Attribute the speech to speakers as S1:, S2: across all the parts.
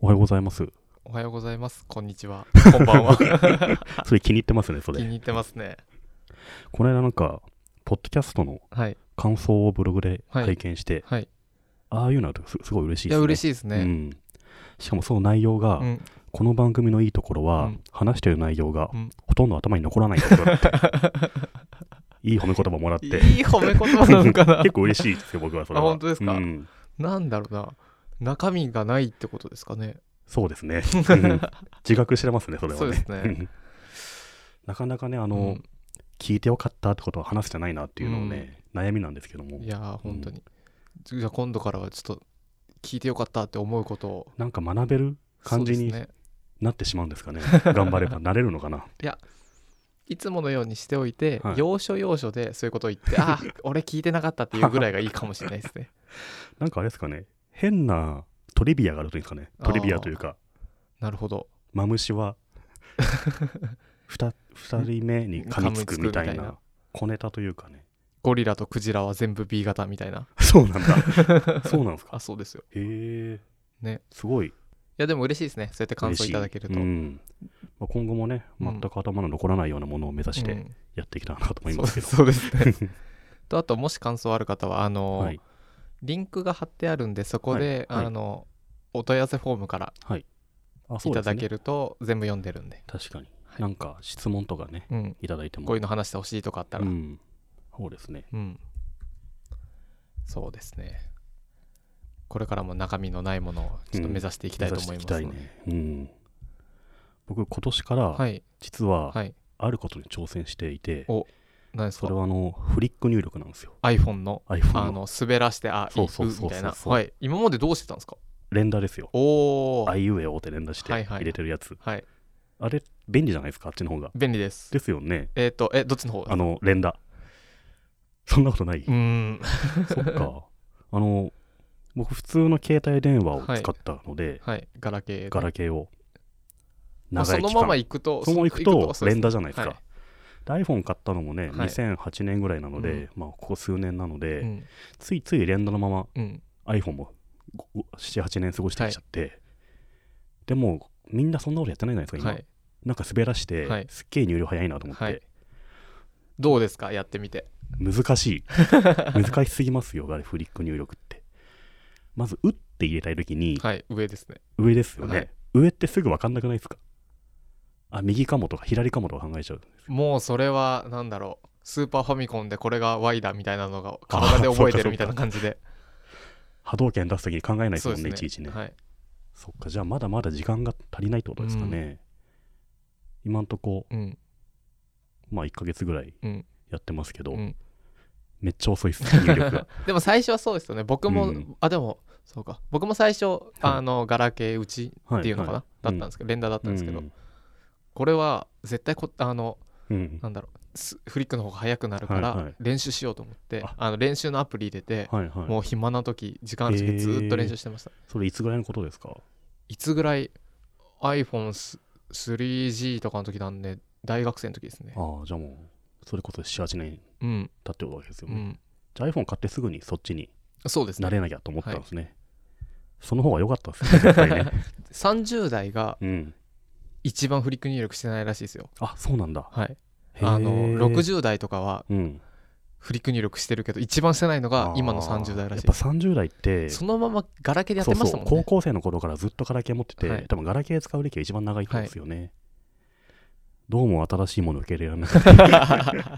S1: おはようございます。
S2: おはようございます。こんにちは。こんば んは。
S1: それ気に入ってますね、そ
S2: 気に
S1: れ。
S2: 入ってますね。
S1: この間なんか、ポッドキャストの
S2: はい。
S1: 感想をブログで
S2: はい
S1: 拝見して、
S2: はい。
S1: ああいうのはすすごい嬉しい
S2: い
S1: ですね。
S2: や、嬉
S1: し
S2: しいです
S1: う
S2: ね。
S1: ん。しかもその内容が、
S2: うん。
S1: この番組のいいところは、
S2: うん
S1: 話してる内容が、
S2: うん
S1: ほとんど頭に残らないところだ って。いい褒め言葉もらっ
S2: い
S1: て、
S2: い褒め言葉なの かな
S1: 結構嬉しいですよ、僕はそれは。
S2: あ本当ですか
S1: うん
S2: なんだろうな。中身がないってことですかね。
S1: そうです ね。うん自覚してますね、それは
S2: そうで
S1: ね。
S2: すね。
S1: なかなかね、あ
S2: あ
S1: の、聞いてよかったってことは話してないなっていうのをね、悩みなんですけども
S2: い、やー、本当に。じゃあ、今度からはちょっと、聞いてよかったって思うことを。
S1: なんか学べる感じに
S2: そうですね
S1: なってしまうんですかね。頑張ればなれるのかな。
S2: いつものようにしておいて、
S1: はい
S2: 要所要所でそういうことを言 って、あー、俺聞いてなかったっていうぐらいがいいかもしれないですね。
S1: なんかあれですかね、変なトリビアがあるというんですかね。トリビアというか、
S2: なるほど。
S1: マムシは二二人目に噛みつくみたい
S2: 噛みつくみたい
S1: な
S2: な
S1: 小ネタというかね。
S2: ゴリラとクジラは全部 B 型みたいな。
S1: そう なんだ。そうなんですか。
S2: あ、そうですよ。
S1: へえ。
S2: ね。
S1: すごい
S2: いや、でも嬉しいですね。そうやって感
S1: 嬉
S2: 想
S1: し
S2: いただけると
S1: う。んまあ、今後もね、
S2: う
S1: 全
S2: ん
S1: く頭の残らないようなものを目指し
S2: う
S1: て
S2: ん
S1: やっていきたいなと思いますけど。
S2: そう ですそう ですねとあともし感想ある方はあの、
S1: はい。
S2: リンクが貼ってあるんでそこで、
S1: はいはい
S2: あのお問い合わせフォームから
S1: あ、そ
S2: いうた
S1: です
S2: だ
S1: ね
S2: けると、全部読んでるんで、
S1: 確かに、
S2: はい
S1: なんか質問とかね
S2: うん、
S1: いただいても
S2: こういうの話してほしいとかあったら、う
S1: うんん、そうですね
S2: そうですねこれからも中身のないものをちょっと目指していきたいと思いますので、
S1: 目指していきたいね、うん、僕今年から
S2: はい
S1: 実は
S2: はい
S1: あることに挑戦していて、
S2: お何です
S1: そ
S2: か
S1: れはあのフリック入力なんですよ
S2: iPhone の
S1: iPhone の
S2: あの滑らしてあ
S1: そう
S2: いう
S1: そうそうそう
S2: みたいな
S1: そう
S2: はい今までどうしてたんですか
S1: 連打ですよ
S2: おお
S1: あいうえおって連打して
S2: はいはい
S1: 入れてるやつ、
S2: はい
S1: あれ便利じゃないですかあっちの方が
S2: 便利です
S1: ですよね
S2: えっ、とえどっちの方
S1: あの連打そんなことない、
S2: うーん
S1: そっか あの僕普通の携帯電話を使ったので、
S2: はいガラケーで
S1: ガラケーを
S2: まあ
S1: 長い期間
S2: そのまま行くと
S1: そのまま行くと連
S2: 打
S1: 打じゃないですか、で iPhone 買ったのもね、
S2: はい
S1: 2008年ぐらいなので、
S2: うん
S1: まあ、ここ数年なので、
S2: うん
S1: ついつい連打のまま
S2: うん、
S1: iPhone も78年過ごしてきちゃって、でもみんなそんなことやってないじゃないですか今、
S2: はい
S1: なんか滑らして、
S2: はい
S1: すっげえ入力早いなと思って、
S2: はいどうですかやってみて
S1: 難し い難しすぎますよあれフリック入力ってまず「う」って入れたい時に
S2: はい上ですね
S1: 上ですよね、
S2: はい
S1: 上ってすぐ分かんなくないですかあ右かもとか左かもとか考えちゃう
S2: もうそれはなんだろうスーパーファミコンでこれが Y だみたいなのが体で覚えてるみたいな感じで
S1: 波動拳出す時に考えないです
S2: そう
S1: も
S2: で
S1: ん
S2: す
S1: ねいちいちね、
S2: はい、
S1: そっか、じゃあまだまだ時間が足りないってことですかね。今んとこ、
S2: うん
S1: まあ1ヶ月ぐらい
S2: うん
S1: やってますけど、
S2: うん、
S1: めっちゃ遅いっす、 入力が。
S2: でも最初はそうですよね僕も、
S1: うん
S2: あでもそうか僕も最初、あのガラケー打ち
S1: は
S2: っていうのかな、だったんですすけど連打だったんですけど、
S1: うん
S2: これは絶対こあの
S1: うん
S2: なんだろうすフリックの方が早くなるか
S1: はいはい
S2: ら練習しようと思って、
S1: あ
S2: あの練習のアプリ入れて、
S1: はいはい。
S2: もう暇な時時間ある時ずーっと練習してました、
S1: それいつぐらいのことですか
S2: いつぐらい iPhone3G とかの時なんで大学生の時ですね
S1: ああ、じゃあもう、それこそ7、8年
S2: うん
S1: 経ってるわけですよ
S2: う
S1: ね。
S2: ん
S1: じゃあ iPhone 買ってすぐにそっちに
S2: そうです
S1: な
S2: ね
S1: れなきゃと思ったんですね。その方が良かったですね、絶対 ね。
S2: 30代が
S1: うん。
S2: 一番フリック入力してないらしいですよ
S1: あ、そうなんだ。
S2: はい
S1: へー
S2: あの。60代とかは
S1: うん。
S2: フリック入力してるけど一番してないのが今の
S1: あー
S2: 30代ら
S1: やっ
S2: しいです
S1: ぱ30代って、
S2: そのままガラケーでやってましたもんね
S1: そうそう高校生の頃からずっとガラケー持ってて、
S2: はい
S1: 多分ガラケー使う歴が一番長いんですよね、どうも新しいものを受け入れられなくて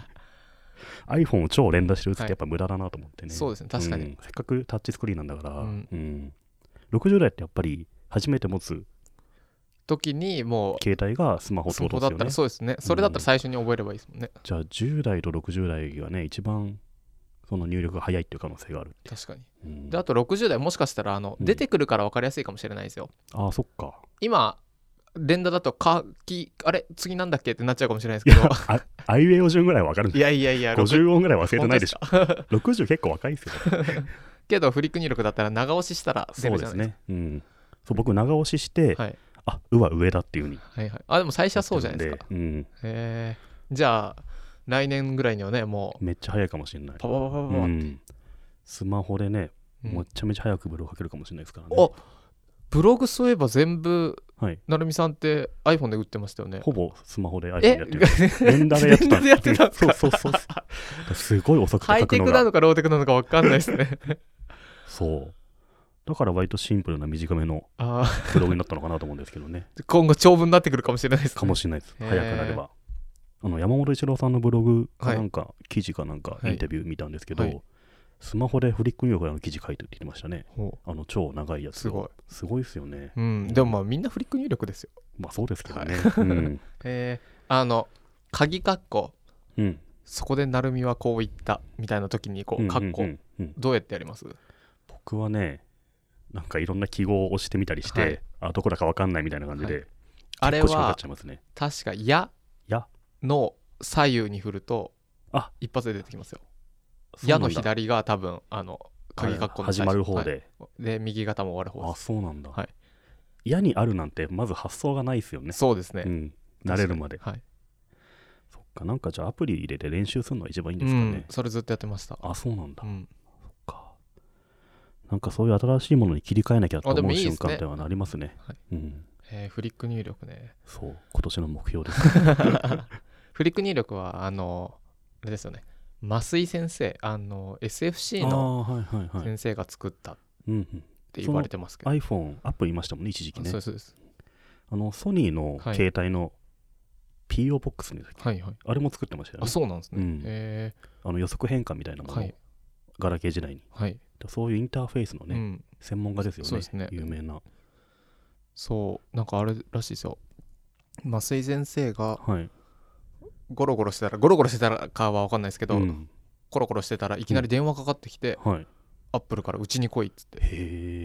S1: iPhone を超連打して打つってやっぱ無駄だなと思ってね、
S2: そうですね確かに
S1: うんせっかくタッチスクリーンなんだから、う
S2: うんん
S1: 60代ってやっぱり初めて持つ
S2: 時にもう
S1: 携帯がスマホって
S2: そ
S1: こ
S2: こと
S1: で
S2: だっ
S1: すよ
S2: た
S1: ね
S2: らそうですねそれだったら最初に覚えればいいですもんね
S1: じゃあ10代と60代がね一番その入力が早いっていう可能性がある、
S2: 確かに
S1: うん
S2: であと60代もしかしたらあの
S1: うん
S2: 出てくるから分かりやすいかもしれないですよ
S1: ああそっか
S2: 今連打だと書きあれ次なんだっけってなっちゃうかもしれないで
S1: い
S2: すけ
S1: や
S2: ど
S1: ああいうえお順ぐらいわかるん
S2: い
S1: で
S2: やいや いや60
S1: 50音ぐらい忘れてないでしょ
S2: 本当すか
S1: 60結構若いですよ
S2: けどフリック入力だったら長押ししたら出
S1: そう
S2: る
S1: で
S2: じゃ
S1: す
S2: ないで
S1: ね。
S2: す
S1: うん。そう僕長押しして、
S2: かはい
S1: あうは上だっていう風にやっ
S2: はいはいあでも最初は
S1: てる
S2: そうん
S1: で。
S2: じゃないですか
S1: うん。
S2: へえじゃあ来年ぐらいにはねもう
S1: めっちゃ早いかもしれない。
S2: パパパパパパ、
S1: うん。スマホでね、
S2: うん
S1: めちゃめちゃ早くブログかけるかもしれないですからね。
S2: おブログそういえば全部
S1: はい。
S2: なるみさんって iPhone で売ってましたよね
S1: ほぼスマホで iPhone で
S2: え
S1: やってる。連打でやってた。
S2: 連打でやってたんす
S1: そう
S2: か
S1: そうそうそう。すごい遅くて
S2: ハ
S1: 書
S2: イ
S1: く
S2: テ
S1: の
S2: クな
S1: が。
S2: のかローテクなのか分かんないです ね
S1: そう。だから割とシンプルな短めの
S2: ああ
S1: ブログになったのかなと思うんですけどね。
S2: 今後長文になってくるかもしれないですね
S1: かもしれないです。
S2: へー
S1: 早くなれば。あの山本一郎さんのブログか
S2: はい
S1: なんか、記事かなんか、イ
S2: はい
S1: ンタビュー見たんですけど、
S2: はい
S1: スマホでフリック入力の記事書いてるって言ってましたね。
S2: ほ
S1: あの超長いや
S2: う
S1: つ。
S2: すごい。
S1: すごいですよね。
S2: うんでもまあみんなフリック入力ですよ
S1: まあそうですけどね。うん。
S2: えー、あの鍵括弧
S1: うん。
S2: そこでなるみはこう言ったみたいな時にこう括弧、
S1: うんうんうんうん
S2: どうやってやります
S1: 僕はね、なんかいろんな記号を押してみたりして、
S2: はい
S1: あどこだかわかんないみたいな感じで、
S2: はい
S1: 結構
S2: あれ
S1: 時間かかっ
S2: は
S1: ちゃいますね。
S2: 確か「や」
S1: や
S2: の左右に振ると
S1: あ
S2: 一発で出てきますよ「
S1: そうな
S2: や」
S1: んだ
S2: の左が多分あの鍵括弧の
S1: 始
S2: 最初
S1: まる方
S2: は
S1: で、
S2: いで右が多分終わる方
S1: あ
S2: です
S1: そうなんだ、
S2: はい
S1: 嫌にあるなんてまず発想がないですよね
S2: そうですね、
S1: うん慣れるまで
S2: はい、
S1: そっかなんかじゃあアプリ入れて練習するのが一番いいん
S2: う
S1: ですか
S2: ん
S1: ね、、
S2: それずっとやってました、
S1: あそうなんだ、
S2: うん、
S1: かなんかそういう新しいものに切り替えなきゃと
S2: あで
S1: 思
S2: も
S1: う
S2: いいです
S1: 瞬
S2: ね
S1: 間ではなりますね
S2: はい
S1: うん
S2: えーフリック入力ね
S1: そう今年の目標です
S2: フリック入力はあのあれですよね増井先生あの SFC
S1: あ
S2: の
S1: あはいはいはい、
S2: 先生が作ったっ
S1: うんうん、
S2: て言われてますけど、
S1: iPhone アップ言いましたもんね一時期
S2: あそう
S1: ね
S2: ですそうです
S1: あのソニーの
S2: はい
S1: 携帯の PO ボックスに、
S2: はいはい
S1: あれも作ってましたよ
S2: あ
S1: ね
S2: そうなんですね、
S1: うん
S2: え
S1: あの予測変換みたいなも
S2: ー
S1: のを、
S2: はい
S1: ガラケー時代に
S2: はい、
S1: そういうインターフェースのね、
S2: うん
S1: 専門家ですよね
S2: そうですね
S1: 有名な
S2: そうなんかあれらしいですよ増井先生が
S1: はい、
S2: ゴロゴロしてたらゴロゴロしてたらかは分かんないですけど、
S1: うん
S2: コロコロしてたらいきなり電話かかってきて、
S1: はい、
S2: アップルからうちに来いっつって
S1: へ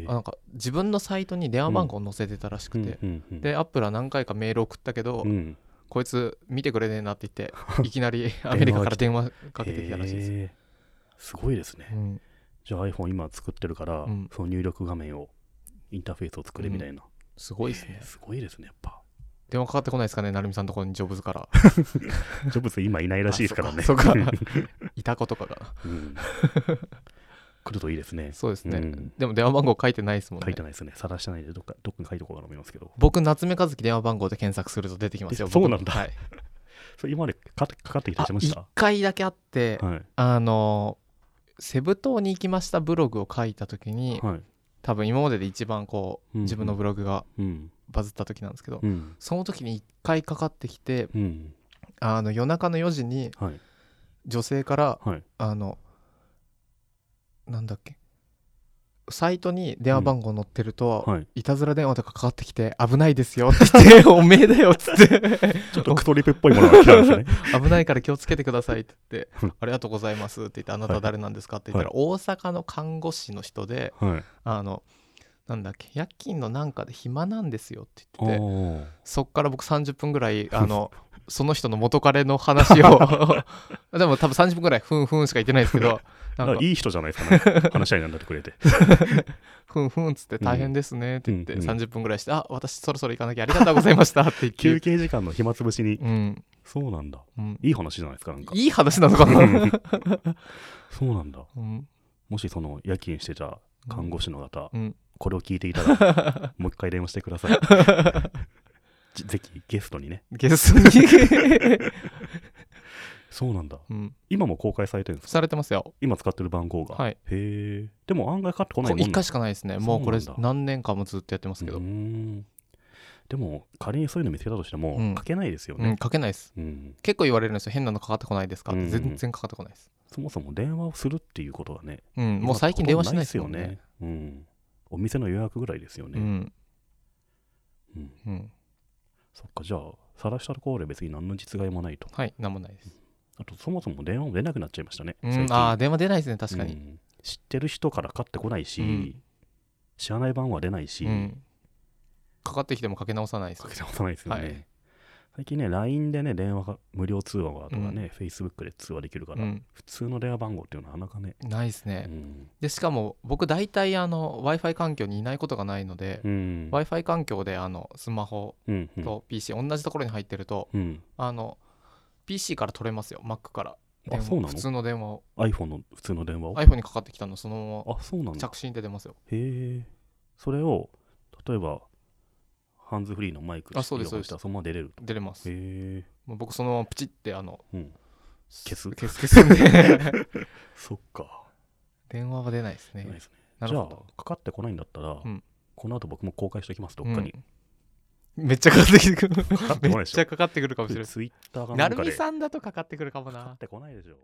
S1: え
S2: あなんか自分のサイトに電話番号載せてたらしくて、
S1: うんうんうん、
S2: でアップルは何回かメール送ったけど、
S1: うん、
S2: こいつ見てくれねえなって 言っていきなり アメリカから電話かけてきたらしいですよ、
S1: へえすごいですね、
S2: うん
S1: じゃあ iPhone 今作ってるから、
S2: うん
S1: その入力画面をインターフェースを作れみたいな、
S2: すごいですね
S1: へえすごいですねやっぱ
S2: 電話かかってこないですかね成美さんのところにジョブ ズから
S1: ジョブズ今いないらしいですからね
S2: あそっかそっかいた子とかが
S1: うん、 来るといいですね
S2: そうですね、
S1: うん
S2: でも電話番号書いてないですもん
S1: 書い
S2: ね
S1: てないですね晒してないでどっかどっかに書いておこうかなと思いますけど
S2: 僕夏目和樹電話番号で検索すると出てきますよ
S1: えそうなんだ
S2: 僕はい、
S1: それ今までかかかってきたり
S2: あ
S1: しました
S2: 1回だけあって、
S1: はい
S2: あのセブ島に行きましたブログを書いた時に、
S1: はい
S2: 多分今までで一番こう
S1: うんうん
S2: 自分のブログが
S1: うん
S2: バズった時なんですけど、
S1: うん
S2: その時に1回かかってきて
S1: うん
S2: あの夜中の4時に
S1: はい
S2: 女性から
S1: はい
S2: あのなんだっけサイトに電話番号載ってると、
S1: はい
S2: いたずら電話とかかかってきて危ないですよって言って「お めえだよ」っつって
S1: ちょっとクトリップっぽいものが来たんですね
S2: 危ないから気をつけてくださいって言って
S1: うん
S2: 「ありがとうございます」って言って「あなた誰なんですか?」って言ったら大阪の看護師の人 で
S1: はい
S2: あのなんだっけ夜勤のなんかで暇なんですよって
S1: お
S2: 言ってて
S1: ー
S2: そっから僕30分ぐらい あのその人の元彼の話をでも多分30分ぐらいふんふんしか言ってないですけどなん
S1: なん
S2: か
S1: かいい人じゃないですかね話し合いになってくれて
S2: ふんふんっつって大変ですねって言って
S1: うんうん
S2: 30分ぐらいして「あ私そろそろ行かなきゃありがとうございました」って言
S1: 休
S2: って。
S1: 憩時間の暇つぶしに
S2: うん
S1: そうなんだ
S2: うん、
S1: いい話じゃないですかなんか
S2: いい話なのかな、
S1: そうなんだ
S2: うん、
S1: もしその夜勤してた看護師の方、
S2: うん
S1: これを聞いていたら もう一回電話してください じぜひゲストにね
S2: ゲストに、
S1: そうなんだ
S2: うん、
S1: 今も公開されてるんですか
S2: されてますよ
S1: 今使ってる番号が、
S2: はい
S1: へえでも案外かかってこないもんなん
S2: 1回しかないですねもうこれ
S1: そうなんだ
S2: 何年間もずっとやってますけど、
S1: う
S2: う
S1: ー
S2: ん
S1: んでも仮にそういうの見つけたとしても、
S2: うん
S1: かけないですよね、
S2: かけないです
S1: うん
S2: 結構言われるんですよ変なのかかってこないですか、
S1: うん
S2: 全然かかってこないです、
S1: そもそも電話をするっていうことがね
S2: うん、もう最近電話しないですよ
S1: ほとんど
S2: ね
S1: ですよね、うん、お店の予約ぐらいですよ
S2: う
S1: ね、
S2: ん
S1: うん
S2: うん
S1: そっかじゃあ晒したところで別に何の実害もないと
S2: はい何もないです、
S1: あとそもそも電話も出なくなっちゃいましたね、
S2: うん
S1: 最近
S2: ああ電話出ないですね確か
S1: う
S2: に、
S1: ん知ってる人からかかってこないし、
S2: うん
S1: 知らない番は出ないし、
S2: うんかかってきてもかけ直さないです
S1: かけ直さないですよね、
S2: はい
S1: 最近ね LINE でね電話が無料通話とか
S2: う
S1: ね、Facebook で通話できるから、
S2: うん、
S1: 普通の電話番号っていうのはなかなかね、
S2: ないですね、
S1: うん
S2: でしかも僕大体あの w i f i 環境にいないことがないので、
S1: うん
S2: w i f i 環境であのスマホ
S1: うんうん
S2: と PC、同じところに入ってると
S1: うん
S2: あの PC から取れますよ Mac から電
S1: あ
S2: 話
S1: そうな
S2: 普
S1: の
S2: 通の電話を
S1: iPhone の普通の電話を
S2: iPhone にかかってきたのそのまま
S1: あそうなんだ
S2: 着信で出ますよ
S1: へえそれを例えばハンズフリーのマイク
S2: あそうで
S1: イヤ
S2: す
S1: ホンしたらそのまま出れると
S2: 出れます。
S1: へえ、
S2: もう僕そのままプチってあの、
S1: うん、消す
S2: 消す消すん で、
S1: そっか
S2: 電話は出ないです
S1: ないで
S2: ね。
S1: すね
S2: な
S1: じ
S2: る
S1: ゃ
S2: ほ
S1: あ
S2: ど。
S1: かかってこないんだったら、
S2: うん
S1: この後僕も公開しておきますどっかに、
S2: うんめっちゃかかってくる。
S1: かかってこない
S2: めっ
S1: でし
S2: ちゃ
S1: ょ
S2: かかってくるかもしれない。
S1: ツイッターがな
S2: なんる
S1: か
S2: み
S1: で
S2: さんだとかかってくるかも
S1: かか
S2: な
S1: っ。てこないでしょ